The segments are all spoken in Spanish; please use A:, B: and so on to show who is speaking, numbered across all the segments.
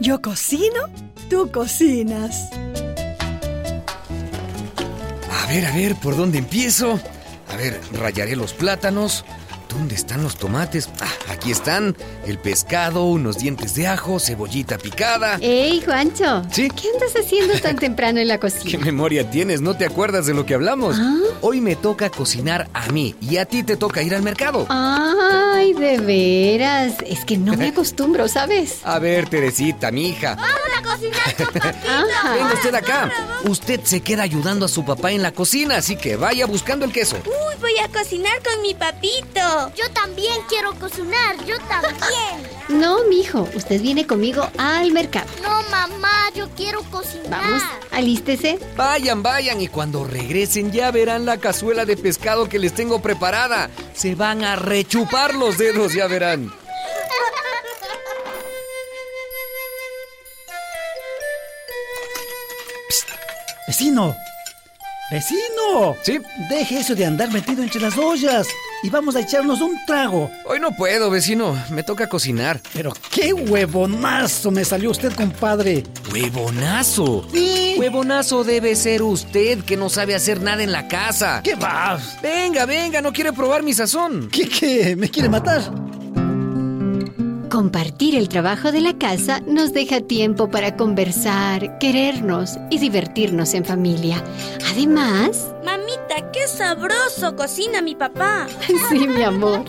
A: Yo cocino, tú cocinas.
B: A ver, a ver, ¿por dónde empiezo? A ver, rayaré los plátanos. ¿Dónde están los tomates? Ah, aquí están. El pescado, unos dientes de ajo, cebollita picada.
C: ¡Ey, Juancho!
B: ¿Sí?
C: ¿Qué andas haciendo tan temprano en la
B: ¿Qué
C: cocina?
B: memoria tienes? ¿No te acuerdas de lo que hablamos?
C: Ah.
B: Hoy me toca cocinar a mí y a ti te toca ir al mercado.
C: Ay, de veras. Es que no me acostumbro, ¿sabes?
B: A ver, Teresita, mi hija.
C: Ajá.
B: Venga usted acá. Usted se queda ayudando a su papá en la cocina, así que vaya buscando el queso.
D: Uy, voy a cocinar con mi papito.
E: Yo también quiero cocinar, yo también.
C: No, mijo, usted viene conmigo al mercado.
E: No, mamá, yo quiero cocinar.
C: Vamos, alístese.
B: Vayan, vayan y cuando regresen ya verán la cazuela de pescado que les tengo preparada. Se van a rechupar los dedos, ya verán.
F: ¡Vecino! ¡Vecino!
B: Sí.
F: Deje eso de andar metido entre las ollas y vamos a echarnos un trago.
B: Hoy no puedo, vecino. Me toca cocinar.
F: Pero qué huevonazo me salió usted, compadre.
B: ¡Huevonazo!
F: Sí.
B: ¡Huevonazo debe ser usted que no sabe hacer nada en la casa!
F: ¿Qué va?
B: Venga, venga, no quiere probar mi sazón.
F: ¿Qué, qué? ¿Me quiere matar?
C: Compartir el trabajo de la casa nos deja tiempo para conversar, querernos y divertirnos en familia. Además,
D: Mamita, qué sabroso cocina mi papá.
C: sí, mi amor.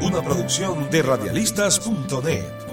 G: Una producción de radialistas.net.